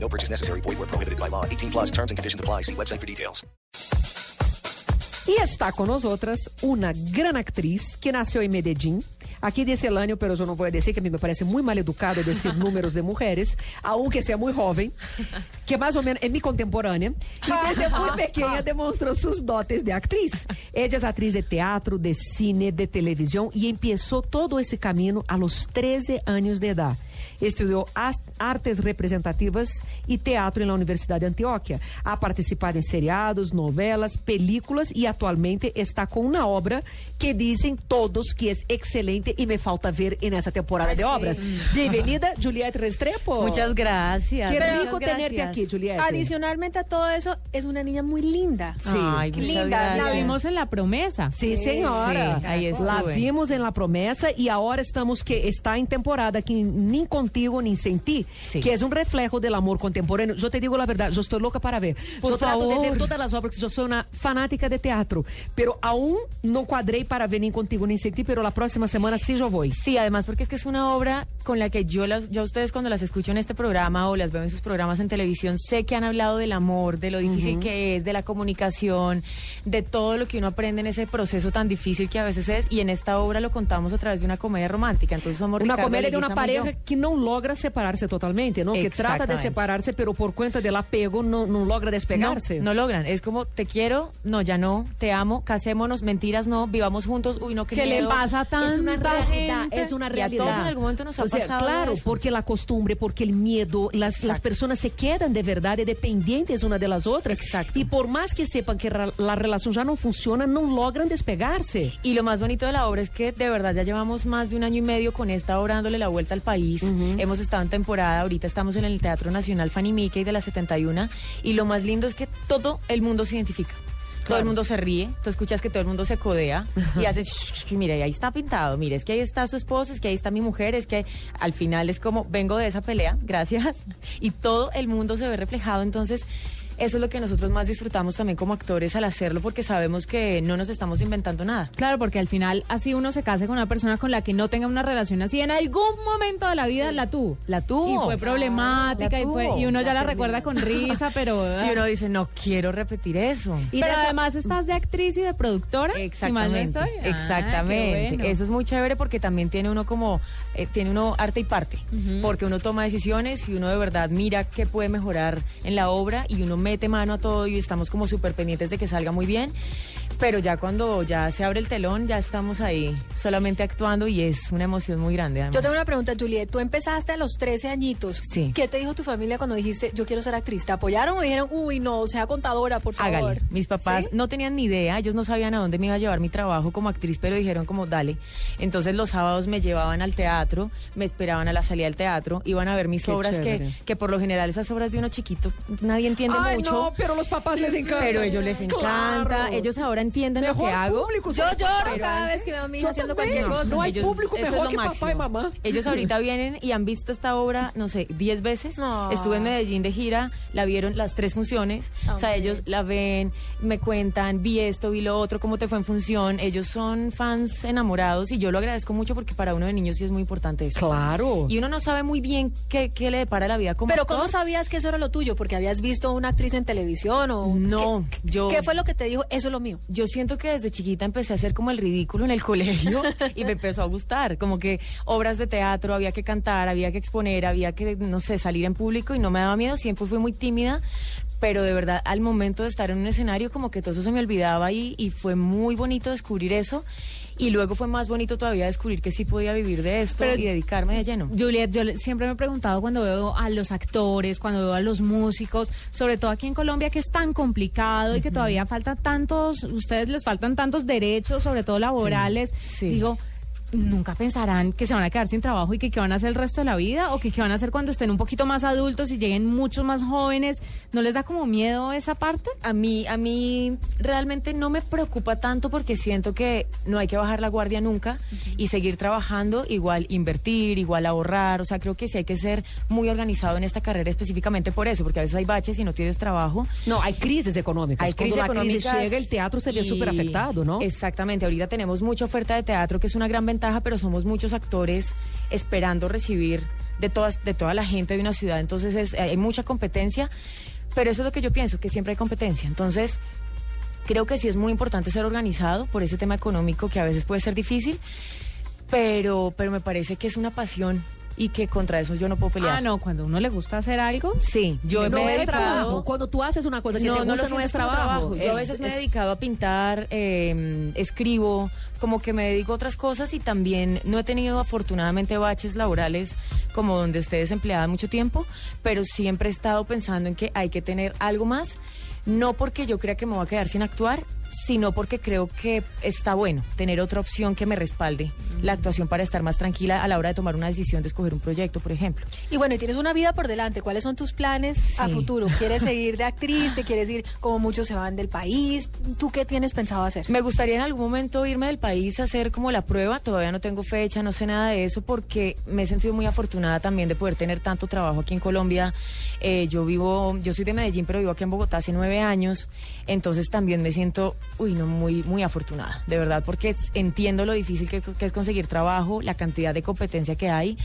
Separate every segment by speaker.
Speaker 1: No purchase necessary. Void where prohibited by law. 18 plus terms and conditions apply. See website for details.
Speaker 2: Y está con nosotras una gran actriz que nació en Medellín. Aquí dice Elânio, pero yo no voy a decir que a mí me parece muy mal educado decir números de mujeres, aunque sea muy joven, que más o menos é es mi contemporánea, y desde muy pequeña demostró sus dotes de actriz. Ella es actriz de teatro, de cine, de televisión y empezó todo ese camino a los 13 años de edad. Estudió as- artes representativas y teatro en la Universidad de Antioquia. Ha participado en seriados, novelas, películas y actualmente está con una obra que dicen todos que es excelente y me falta ver en esa temporada de obras. Bienvenida, Juliette Restrepo.
Speaker 3: Muchas gracias. Ah,
Speaker 2: Qué
Speaker 3: Muchas
Speaker 2: rico tenerte
Speaker 3: gracias.
Speaker 2: aquí, Juliette.
Speaker 4: Adicionalmente a todo eso, es una niña muy linda.
Speaker 2: Sí.
Speaker 3: Ay, muchas
Speaker 4: Linda, la
Speaker 3: gracias.
Speaker 4: vimos
Speaker 3: en la promesa.
Speaker 2: Sí, senhora.
Speaker 3: Sí, ahí estuve.
Speaker 2: La vimos en La Promessa e agora estamos que está em temporada que nem contigo nem sem ti,
Speaker 3: Sí.
Speaker 2: que é um reflejo do amor contemporâneo. Eu te digo a verdade, eu estou louca para ver.
Speaker 3: Por
Speaker 2: eu trato de ver
Speaker 3: favor.
Speaker 2: todas as obras, eu sou uma fanática de teatro, pero aún não quadrei para ver nem contigo nem sem ti, pero la próxima semana sí eu vou.
Speaker 3: Sí, además porque es que es una obra con la que yo las, yo a ustedes cuando las escucho en este programa o las veo en sus programas en televisión, sé que han hablado del amor, de lo difícil que es, de la comunicación, de todo lo que uno aprende en ese proceso tan difícil que a veces es, y en esta obra lo contamos a través de una comedia romántica. Entonces somos
Speaker 2: Uma
Speaker 3: Ricardo é
Speaker 2: comédia de uma
Speaker 3: Leguizamo y yo.
Speaker 2: pareja que não logra separar-se totalmente, não? Que trata de
Speaker 3: Exactamente.
Speaker 2: separar-se, pero por conta del apego não, não logra
Speaker 3: No,
Speaker 2: despegar-se.
Speaker 3: no logran. Es como, te quiero, no, ya no, te amo, casémonos, mentiras, no, vivamos juntos, uy, no, qué
Speaker 4: ¿Qué le
Speaker 3: miedo.
Speaker 4: pasa a
Speaker 3: Es una
Speaker 4: tanta
Speaker 3: realidad,
Speaker 4: gente?
Speaker 3: Es una realidad. Y a todos en algún momento nos ha
Speaker 2: O sea,
Speaker 3: pasado
Speaker 2: claro,
Speaker 3: eso.
Speaker 2: porque la costumbre, porque el miedo, las, las
Speaker 3: Exacto.
Speaker 2: personas se quedan de verdad dependientes una de las otras.
Speaker 3: Exacto.
Speaker 2: Y por más que sepan que ra- la relación ya no funciona, no logran despegarse.
Speaker 3: Y lo más bonito de la obra es que de verdad ya llevamos más de un año y medio con esta obra dándole la vuelta al país. Hemos estado en temporada, ahorita estamos en el Teatro Nacional Fanny Mickey de la 71 y lo más lindo es que todo el mundo se identifica. Todo el mundo se ríe, tú escuchas que todo el mundo se codea y hace, "Shh, mira, y ahí está pintado, mira, es que ahí está su esposo, es que ahí está mi mujer, es que al final es como, vengo de esa pelea, gracias, y todo el mundo se ve reflejado, entonces eso es lo que nosotros más disfrutamos también como actores al hacerlo porque sabemos que no nos estamos inventando nada.
Speaker 4: Claro, porque al final así uno se casa con una persona con la que no tenga una relación así en algún momento de la vida la tuvo.
Speaker 3: La tuvo.
Speaker 4: Y fue problemática
Speaker 3: La
Speaker 4: y fue
Speaker 3: tuvo.
Speaker 4: y uno ya
Speaker 3: La
Speaker 4: Oh. Ah, la recuerda con risa, pero ah.
Speaker 3: Y uno dice, no quiero repetir eso.
Speaker 4: Pero además estás de actriz y de productora. si mal no
Speaker 3: Exactamente.
Speaker 4: estoy. Ah, qué
Speaker 3: exactamente.
Speaker 4: bueno.
Speaker 3: Eso es muy chévere porque también tiene uno como, eh, tiene uno arte y parte. Porque uno toma decisiones y uno de verdad mira qué puede mejorar en la obra y uno mete mano a todo y estamos como súper pendientes de que salga muy bien. Pero ya cuando ya se abre el telón, ya estamos ahí solamente actuando y es una emoción muy grande. Además.
Speaker 4: Yo
Speaker 3: Yo tengo
Speaker 4: tengo una- una Además. pregunta. Una
Speaker 5: pregunta, Juliet. Tú empezaste a los 13 añitos.
Speaker 3: Sí.
Speaker 5: ¿Qué te dijo tu familia cuando dijiste, yo quiero ser actriz? ¿Te apoyaron o dijeron, uy, no, sea contadora, por favor?
Speaker 3: Hágale. Mis papás no tenían ni idea, ellos no sabían a dónde me iba a llevar mi trabajo como actriz, pero dijeron como, dale. Entonces los sábados me llevaban al teatro, me esperaban a la salida del teatro, iban a ver mis
Speaker 2: Qué
Speaker 3: obras, que,
Speaker 2: chévere.
Speaker 3: que por lo general esas obras de uno chiquito nadie entiende
Speaker 2: Ay,
Speaker 3: mucho.
Speaker 2: no, pero los papás les encanta.
Speaker 3: Pero ellos les encanta,
Speaker 2: Claro.
Speaker 3: ellos ahora entienden lo
Speaker 2: Mejor
Speaker 3: que hago.
Speaker 2: público,
Speaker 5: Yo
Speaker 2: son los
Speaker 5: lloro
Speaker 2: papás.
Speaker 5: cada vez que veo a mi hija
Speaker 2: Yo
Speaker 5: haciendo
Speaker 2: también.
Speaker 5: cualquier cosa.
Speaker 2: No hay público
Speaker 3: eso es
Speaker 2: mejor
Speaker 3: lo
Speaker 2: que papá y mamá.
Speaker 3: Ellos ahorita vienen y han visto esta obra, no sé, 10 veces.
Speaker 5: No.
Speaker 3: Estuve en Medellín de gira, la vieron las tres funciones. O sea,
Speaker 5: Ok.
Speaker 3: ellos la ven, me cuentan, vi esto, vi lo otro, cómo te fue en función. Ellos son fans enamorados y yo lo agradezco mucho porque para uno de niños sí es muy importante eso.
Speaker 2: Claro.
Speaker 3: Y uno no sabe muy bien qué, qué le depara la vida como
Speaker 5: Pero
Speaker 3: actor.
Speaker 5: ¿cómo sabías que eso era lo tuyo? ¿Porque habías visto a una actriz en televisión o...?
Speaker 3: No,
Speaker 5: ¿Qué,
Speaker 3: yo-
Speaker 5: ¿Qué fue lo que te dijo? Eso es lo mío.
Speaker 3: yo siento que desde chiquita empecé a hacer como el ridículo en el colegio y me empezó a gustar, como que obras de teatro, había que cantar, había que exponer, había que, no sé, salir en público y no me daba miedo, siempre fui muy tímida, pero de verdad al momento de estar en un escenario como que todo eso se me olvidaba y, y fue muy bonito descubrir eso y luego fue más bonito todavía descubrir que sí podía vivir de esto
Speaker 4: Pero-
Speaker 3: y dedicarme de lleno.
Speaker 4: Juliet, yo le- siempre me he preguntado cuando veo a los actores, cuando veo a los músicos, sobre todo aquí en Colombia que es tan complicado y que todavía faltan tantos, ustedes les faltan tantos derechos, sobre todo laborales.
Speaker 3: sí.
Speaker 4: Digo, nunca pensarán que se van a quedar sin trabajo y que qué van a hacer el resto de la vida o que qué van a hacer cuando estén un poquito más adultos y lleguen muchos más jóvenes. ¿No les da como miedo esa parte?
Speaker 3: A mí, a mí realmente no me preocupa tanto porque siento que no hay que bajar la guardia nunca y seguir trabajando, igual invertir, igual ahorrar. O sea, creo que sí hay que ser muy organizado en esta carrera específicamente por eso, porque a veces hay baches y no tienes trabajo.
Speaker 2: No, hay crisis económicas.
Speaker 3: Hay crisis
Speaker 2: Pues Cuando la crisis
Speaker 3: económicas
Speaker 2: llega, el teatro se ve
Speaker 3: y-
Speaker 2: súper afectado, ¿no?
Speaker 3: Exactamente. Ahorita tenemos mucha oferta de teatro, que es una gran ventaja, pero somos muchos actores esperando recibir de, todas, de toda la gente de una ciudad. Entonces es- hay mucha competencia, pero eso es lo que yo pienso, que siempre hay competencia. Entonces creo que sí es muy importante ser organizado por ese tema económico que a veces puede ser difícil, pero, pero me parece que es una pasión y que contra eso yo no puedo pelear.
Speaker 4: Ah, no, cuando a uno le gusta hacer algo.
Speaker 3: Sí, yo
Speaker 2: no
Speaker 3: me he
Speaker 2: es
Speaker 3: dedicado-
Speaker 2: trabajo. Cuando tú haces una cosa que te gusta, no,
Speaker 3: siento
Speaker 2: es
Speaker 3: como
Speaker 2: trabajo.
Speaker 3: Yo a veces me he dedicado a pintar, eh, escribo, como que me dedico a otras cosas y también no he tenido afortunadamente baches laborales como donde esté desempleada mucho tiempo, pero siempre he estado pensando en que hay que tener algo más, no porque yo crea que me voy a quedar sin actuar, sino porque creo que está bueno tener otra opción que me respalde
Speaker 2: Mm.
Speaker 3: la actuación para estar más tranquila a la hora de tomar una decisión de escoger un proyecto, por ejemplo.
Speaker 5: Y bueno, y tienes una vida por delante. ¿Cuáles son tus planes a
Speaker 3: Sí.
Speaker 5: futuro? ¿Quieres seguir de actriz? ¿Te quieres ir como muchos se van del país? ¿Tú qué tienes pensado hacer?
Speaker 3: Me gustaría en algún momento irme del país a hacer como la prueba. Todavía no tengo fecha, no sé nada de eso, porque me he sentido muy afortunada también de poder tener tanto trabajo aquí en Colombia. Eh, yo vivo, yo soy de Medellín, pero vivo aquí en Bogotá hace nueve años. Entonces también me siento, uy, no, muy, muy afortunada, de verdad, porque es- entiendo lo difícil que, que es conseguir trabajo, la cantidad de competencia que hay.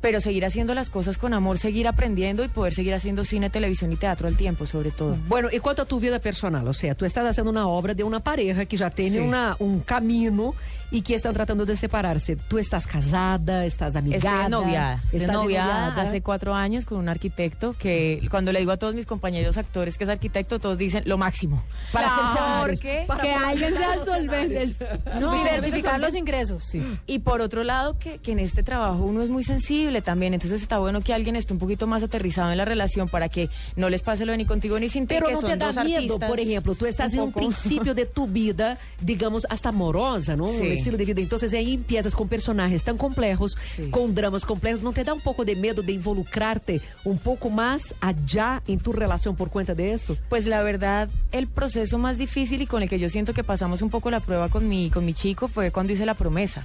Speaker 3: Pero seguir haciendo las cosas con amor, seguir aprendiendo y poder seguir haciendo cine, televisión y teatro al tiempo, sobre todo.
Speaker 2: Bueno, e quanto à tua vida personal? Ou seja, tu estás fazendo uma obra de uma pareja que já tem
Speaker 3: Sim.
Speaker 2: uma, um caminho e que estão tratando de separar-se. Tu estás casada, estás amigada.
Speaker 3: Estoy noviada, estoy
Speaker 2: estás
Speaker 3: noviada
Speaker 2: ennoviada.
Speaker 3: hace cuatro años con un arquitecto que cuando le digo a todos mis compañeros actores que es arquitecto, todos dicen lo máximo.
Speaker 2: Para hacer
Speaker 3: ¿Por
Speaker 2: salários.
Speaker 3: qué?
Speaker 5: Para
Speaker 4: que
Speaker 5: poder
Speaker 4: alguien
Speaker 5: aumentar
Speaker 4: sea
Speaker 5: los
Speaker 4: solvente.
Speaker 5: salarios.
Speaker 3: No,
Speaker 5: Diversificar los ingresos.
Speaker 3: Y por otro lado, que, que en este trabajo uno es muy sensible también, entonces está bueno que alguien esté un poquito más aterrizado en la relación para que no les pase lo de ni contigo ni sin ti,
Speaker 2: Pero
Speaker 3: que
Speaker 2: não te
Speaker 3: son
Speaker 2: dá
Speaker 3: dos
Speaker 2: medo,
Speaker 3: artistas.
Speaker 2: por exemplo, tu estás em um
Speaker 3: poco.
Speaker 2: princípio de tu vida, digamos, hasta amorosa, não? Um
Speaker 3: Sim.
Speaker 2: estilo de vida. Então, aí empiezas com personagens tão complexos,
Speaker 3: Sim.
Speaker 2: com dramas complexos. Não te dá um pouco de medo de involucrar-te um pouco mais allá em tu relação por conta disso?
Speaker 3: Pues la verdad, el proceso más difícil y con el que yo siento que pasamos un poco la prueba con mi, con mi chico fue cuando hice la promesa,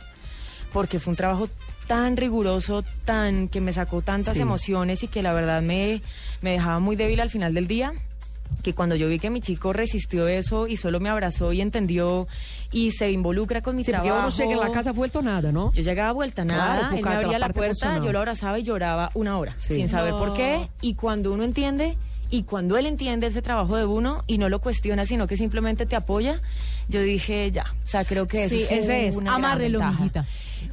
Speaker 3: porque fue un trabajo tan riguroso, tan que me sacó tantas
Speaker 2: Sí.
Speaker 3: emociones y que la verdad me, me dejaba muy débil al final del día, que cuando yo vi que mi chico resistió eso y solo me abrazó y entendió y se involucra con mi
Speaker 2: Sim, porque
Speaker 3: trabajo.
Speaker 2: eu não chego na casa vuelto nada, não?
Speaker 3: Yo llegaba vuelta a
Speaker 2: Claro,
Speaker 3: nada,
Speaker 2: tu
Speaker 3: él me
Speaker 2: carta, la
Speaker 3: abría la
Speaker 2: parte
Speaker 3: puerta,
Speaker 2: emocional.
Speaker 3: yo lo abrazaba y lloraba una hora,
Speaker 2: Sí.
Speaker 3: sin saber por
Speaker 5: No.
Speaker 3: qué. Y cuando uno entiende, y cuando él entiende ese trabajo de uno y no lo cuestiona, sino que simplemente te apoya, yo dije, ya, o sea, creo que eso
Speaker 4: Sí,
Speaker 3: es
Speaker 4: ese es.
Speaker 3: una gran
Speaker 4: Amárrelo,
Speaker 3: ventaja.
Speaker 4: mijita.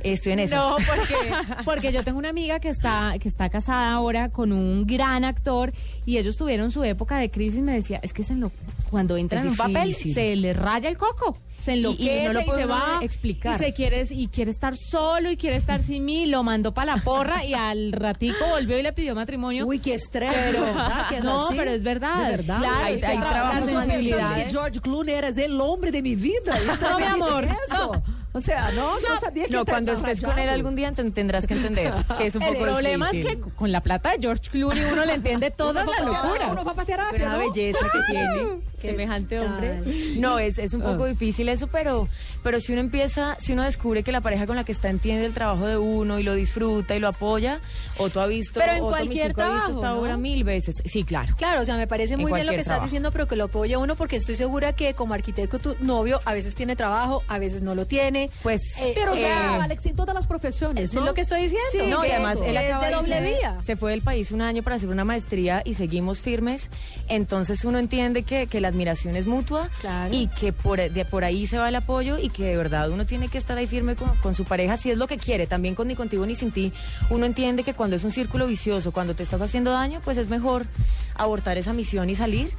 Speaker 3: Estoy en eso.
Speaker 4: No, porque, porque yo tengo una amiga que está, que está casada ahora con un gran actor y ellos tuvieron su época de crisis y me decía, es que se enlo- cuando entra
Speaker 3: Es
Speaker 4: en un papel
Speaker 3: difícil.
Speaker 4: se le raya el coco. Se
Speaker 3: y no
Speaker 4: enloquece y,
Speaker 3: lo puede
Speaker 4: se
Speaker 3: uno
Speaker 4: va
Speaker 3: explicar.
Speaker 4: y se quiere y quiere estar solo y quiere estar sin mí, lo mandó para la porra y al ratico volvió y le pidió matrimonio.
Speaker 2: Ui, que estresse, ¿verdad? Que es
Speaker 4: no,
Speaker 2: así?
Speaker 4: pero es verdad.
Speaker 2: De verdad.
Speaker 4: Claro,
Speaker 3: Hay-
Speaker 4: es que
Speaker 3: hay
Speaker 4: tra-
Speaker 3: trabajos
Speaker 4: las
Speaker 3: más
Speaker 4: sensibilidades.
Speaker 3: difíciles.
Speaker 2: que George Clooney era el hombre de mi vida. Esto
Speaker 4: No,
Speaker 2: me
Speaker 4: mi
Speaker 2: dicen
Speaker 4: amor,
Speaker 2: eso. O sea, no, yo sabía que
Speaker 3: No,
Speaker 2: te
Speaker 3: cuando
Speaker 2: estaba
Speaker 3: estés con él
Speaker 2: rayado.
Speaker 3: algún día te- tendrás que entender que es un
Speaker 4: El
Speaker 3: poco
Speaker 4: problema es que
Speaker 3: difícil.
Speaker 4: con la plata de George Clooney uno le entiende toda la locura.
Speaker 2: Uno va para
Speaker 5: Ah,
Speaker 2: terapia,
Speaker 3: Pero la
Speaker 2: ¿no?
Speaker 3: belleza que tiene, semejante hombre. No, es, es un
Speaker 5: Ah.
Speaker 3: poco difícil eso, pero, pero si uno empieza, si uno descubre que la pareja con la que está entiende el trabajo de uno y lo disfruta y lo apoya, o tú has visto,
Speaker 5: Pero en
Speaker 3: Otto, mi
Speaker 5: cualquier
Speaker 3: chico, ha visto
Speaker 5: trabajo,
Speaker 3: esta
Speaker 5: ¿no?
Speaker 3: obra mil veces. Sí, claro.
Speaker 5: Claro, o sea, me parece
Speaker 3: En
Speaker 5: muy bien lo que
Speaker 3: cualquier
Speaker 5: estás
Speaker 3: trabajo.
Speaker 5: diciendo, pero que lo apoye uno porque estoy segura que como arquitecto tu novio a veces tiene trabajo, a veces no lo tiene.
Speaker 3: Pues,
Speaker 2: Pero, o sea,
Speaker 3: Eh,
Speaker 2: Alex, en todas las profesiones,
Speaker 5: eso
Speaker 2: ¿no?
Speaker 5: es lo que estoy diciendo.
Speaker 2: Sí,
Speaker 3: no, y
Speaker 5: que-
Speaker 3: además él
Speaker 5: que es
Speaker 3: acaba
Speaker 5: de doble
Speaker 3: irse-
Speaker 5: vía.
Speaker 3: Se fue del país un año para hacer una maestría y seguimos firmes. Entonces uno entiende que, que la admiración es mutua
Speaker 5: Claro.
Speaker 3: y que por, de por ahí se va el apoyo y que de verdad uno tiene que estar ahí firme con, con su pareja si es lo que quiere. También con ni contigo ni sin ti. Uno entiende que cuando es un círculo vicioso, cuando te estás haciendo daño, pues es mejor abortar esa misión y salir.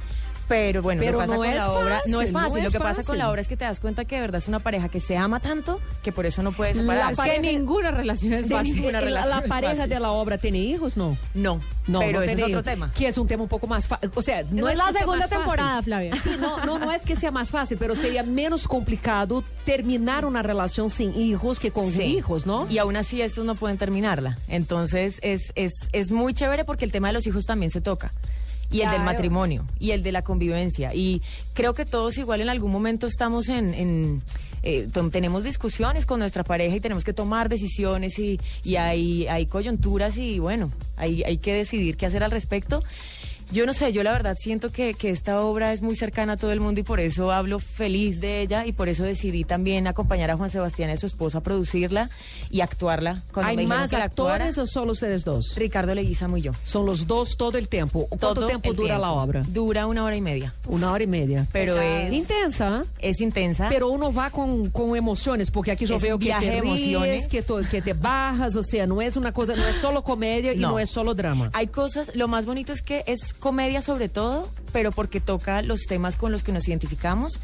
Speaker 3: Pero bueno,
Speaker 2: Pero
Speaker 3: lo que pasa
Speaker 2: no
Speaker 3: con
Speaker 2: es
Speaker 3: la obra no es
Speaker 2: fácil, no
Speaker 3: fácil. lo
Speaker 2: es
Speaker 3: que pasa con
Speaker 2: fácil.
Speaker 3: la obra es que te das cuenta que de verdad es una pareja que se ama tanto que por eso no puede separarse.
Speaker 4: que ninguna relación es
Speaker 3: Sí,
Speaker 4: fácil.
Speaker 3: ninguna relación
Speaker 2: ¿La
Speaker 3: es
Speaker 2: pareja
Speaker 3: fácil.
Speaker 2: de la obra tiene hijos? No.
Speaker 3: No,
Speaker 2: No,
Speaker 3: pero
Speaker 2: no
Speaker 3: ese es
Speaker 2: tiene
Speaker 3: otro
Speaker 2: hijos,
Speaker 3: tema.
Speaker 2: Que es un tema un poco más fácil. O sea, no
Speaker 4: No
Speaker 2: es,
Speaker 4: es la
Speaker 2: que sea
Speaker 4: segunda
Speaker 2: más fácil.
Speaker 4: temporada, Flavia.
Speaker 2: Sí, no, no, no es que sea más fácil, pero sería menos complicado terminar una relación sin hijos que con
Speaker 3: Sí.
Speaker 2: hijos, ¿no?
Speaker 3: Y aún así estos no pueden terminarla. Entonces es, es, es muy chévere porque el tema de los hijos también se toca. Y el del
Speaker 5: Claro.
Speaker 3: matrimonio, y el de la convivencia. Y creo que todos igual en algún momento estamos en... en, eh, tom- tenemos discusiones con nuestra pareja y tenemos que tomar decisiones y, y hay, hay coyunturas y bueno, hay, hay que decidir qué hacer al respecto. Yo no sé, yo la verdad siento que, que esta obra es muy cercana a todo el mundo y por eso hablo feliz de ella y por eso decidí también acompañar a Juan Sebastián y a su esposa a producirla y actuarla. Cuando me
Speaker 2: ¿Hay
Speaker 3: dijeron
Speaker 2: más
Speaker 3: que la actuara,
Speaker 2: actores o solo ustedes dos?
Speaker 3: Ricardo Leguizamo y yo.
Speaker 2: Son los dos todo el tiempo. ¿Cuánto
Speaker 3: Todo
Speaker 2: tiempo
Speaker 3: el
Speaker 2: dura la
Speaker 3: tiempo.
Speaker 2: obra?
Speaker 3: Dura una hora y media,
Speaker 2: Una hora y media.
Speaker 3: pero
Speaker 5: Pesadas.
Speaker 3: es,
Speaker 2: Intensa, ¿eh?
Speaker 3: es intensa.
Speaker 2: Pero uno va con, con emociones, porque aquí yo
Speaker 3: Es
Speaker 2: veo
Speaker 3: un
Speaker 2: que te
Speaker 3: viaje de
Speaker 2: ríes,
Speaker 3: emociones.
Speaker 2: que, to- que te bajas, o sea, no es una cosa, no es solo comedia y
Speaker 3: No. Ah,
Speaker 2: no es solo drama.
Speaker 3: Hay cosas, lo más bonito es que es comedia sobre todo, pero porque toca los temas con los que nos identificamos,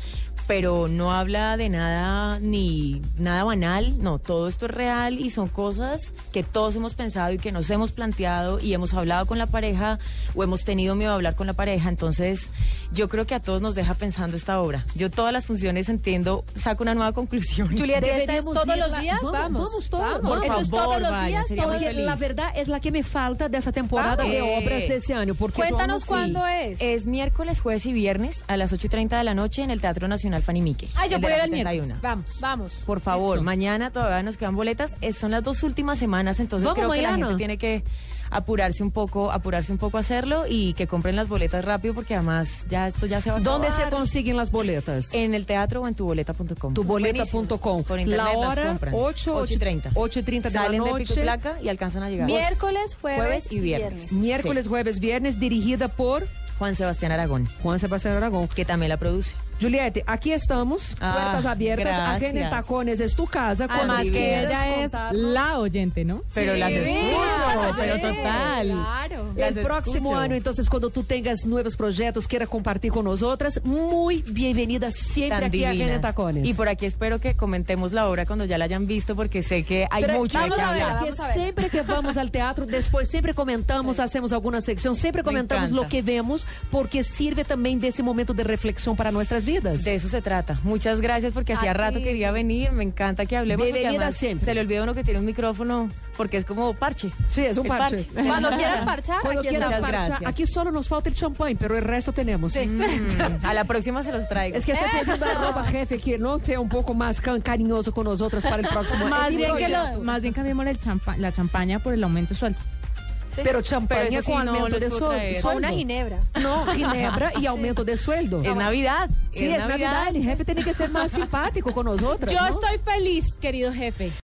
Speaker 3: pero no habla de nada ni nada banal, no, todo esto es real y son cosas que todos hemos pensado y que nos hemos planteado y hemos hablado con la pareja o hemos tenido miedo a hablar con la pareja, entonces yo creo que a todos nos deja pensando esta obra. Yo todas las funciones entiendo, saco una nueva conclusión.
Speaker 5: Julieta, ¿esta es
Speaker 2: Deberíamos
Speaker 5: todos
Speaker 2: irla-
Speaker 5: los días?
Speaker 2: vamos,
Speaker 5: Vamos,
Speaker 2: vamos todos, por
Speaker 5: Eso es todos
Speaker 3: favor,
Speaker 5: los
Speaker 3: vaya,
Speaker 5: días,
Speaker 3: sería
Speaker 5: todos
Speaker 3: muy
Speaker 2: Porque
Speaker 5: los
Speaker 3: feliz. Ah,
Speaker 2: la verdad es la que me falta de esa temporada de
Speaker 3: Vamos.
Speaker 2: obras de ese año. Porque
Speaker 5: Cuéntanos
Speaker 2: yo amo así.
Speaker 5: cuándo es.
Speaker 3: Es miércoles, jueves y viernes a las 8 y 30 de la noche en el Teatro Nacional Fanny Mique.
Speaker 5: Ay, yo
Speaker 3: el de
Speaker 5: puedo
Speaker 3: la
Speaker 5: ir al
Speaker 3: 71.
Speaker 5: miércoles. Vamos, vamos.
Speaker 3: Por favor, mañana todavía nos quedan boletas. Es- son las dos últimas semanas, entonces
Speaker 2: Vamos
Speaker 3: creo que
Speaker 2: mañana.
Speaker 3: la gente tiene que apurarse un poco, apurarse un poco a hacerlo y que compren las boletas rápido porque además ya esto ya se va a
Speaker 2: ¿Dónde se
Speaker 3: acabar.
Speaker 2: consiguen las boletas?
Speaker 3: En el teatro o en tuboleta.com.
Speaker 2: Tuboleta.com.
Speaker 3: Por internet
Speaker 2: La
Speaker 3: las
Speaker 2: hora
Speaker 3: compran.
Speaker 2: 8,
Speaker 3: 8 y 30.
Speaker 2: 8 y 30 de la
Speaker 3: Salen de Pico y
Speaker 2: noche.
Speaker 3: Placa y alcanzan a llegar.
Speaker 5: Miércoles, jueves,
Speaker 3: y viernes.
Speaker 2: Miércoles, jueves, viernes, dirigida por
Speaker 3: Sí. Juan Sebastián Aragón,
Speaker 2: Juan Sebastián Aragón.
Speaker 3: que también la produce.
Speaker 2: Juliette, aquí estamos,
Speaker 3: Ah,
Speaker 2: puertas abiertas,
Speaker 3: gracias.
Speaker 2: Agenda en Tacones es tu casa. cuando
Speaker 4: Además que
Speaker 2: quieras
Speaker 4: ella es
Speaker 2: contarnos.
Speaker 4: la oyente, ¿no?
Speaker 3: Pero las escucho, pero
Speaker 5: Sí,
Speaker 3: total.
Speaker 5: Claro.
Speaker 3: Las
Speaker 2: El É, próximo então,
Speaker 3: escucho.
Speaker 2: año, entonces, cuando tú tengas nuevos proyectos, quieras compartir con nosotras, muy bienvenida siempre
Speaker 3: Tan
Speaker 2: aquí a Agenda en
Speaker 3: divinas.
Speaker 2: Tacones.
Speaker 3: Y né? por aquí espero que comentemos la obra cuando ya la hayan visto, porque sé que hay
Speaker 2: Pero
Speaker 3: mucho de
Speaker 5: vamos
Speaker 3: qué
Speaker 5: a ver,
Speaker 3: hablar.
Speaker 2: Porque
Speaker 5: vamos a ver.
Speaker 2: sempre que vamos ao teatro, depois sempre comentamos, hacemos alguma secção, sempre comentamos
Speaker 3: É. encanta.
Speaker 2: o que vemos, porque sirve também desse momento de reflexão para nossas vidas.
Speaker 3: De eso se trata. Muchas gracias porque hacía
Speaker 5: A ti.
Speaker 3: rato quería venir. Me encanta que hablemos. porque
Speaker 2: Bienvenida
Speaker 3: además
Speaker 2: siempre.
Speaker 3: Se le olvida a uno que tiene un micrófono porque es como parche.
Speaker 2: Sí, es un
Speaker 3: El
Speaker 2: parche.
Speaker 5: Cuando quieras parchar,
Speaker 2: Quando
Speaker 5: aquí
Speaker 3: quieras
Speaker 2: quieras
Speaker 5: estamos.
Speaker 3: parchar.
Speaker 2: parchar,
Speaker 3: gracias.
Speaker 2: aqui É só nos falta o champanhe, pero o resto temos.
Speaker 3: Mm, A la próxima se los traigo.
Speaker 2: Es que estoy pensando arroba jefe que no sea un poco más can- cariñoso con nosotros para el próximo
Speaker 4: Más
Speaker 2: año.
Speaker 4: bien, que lo-
Speaker 2: Proyecto.
Speaker 4: más bien cambiemos el champa- la champaña por el aumento de sueldo.
Speaker 3: Sí.
Speaker 2: Pero champaña
Speaker 3: Pero eso sí,
Speaker 2: con
Speaker 3: no
Speaker 2: aumento
Speaker 3: los
Speaker 2: de
Speaker 3: puedo
Speaker 2: sol-
Speaker 3: traer.
Speaker 5: O
Speaker 2: sueldo.
Speaker 5: una ginebra.
Speaker 2: No, ginebra y aumento de sueldo.
Speaker 3: Es Navidad.
Speaker 2: Sí, es Navidad. El jefe tiene que ser más simpático con nosotros.
Speaker 4: Yo
Speaker 2: ¿no?
Speaker 4: estoy feliz, querido jefe.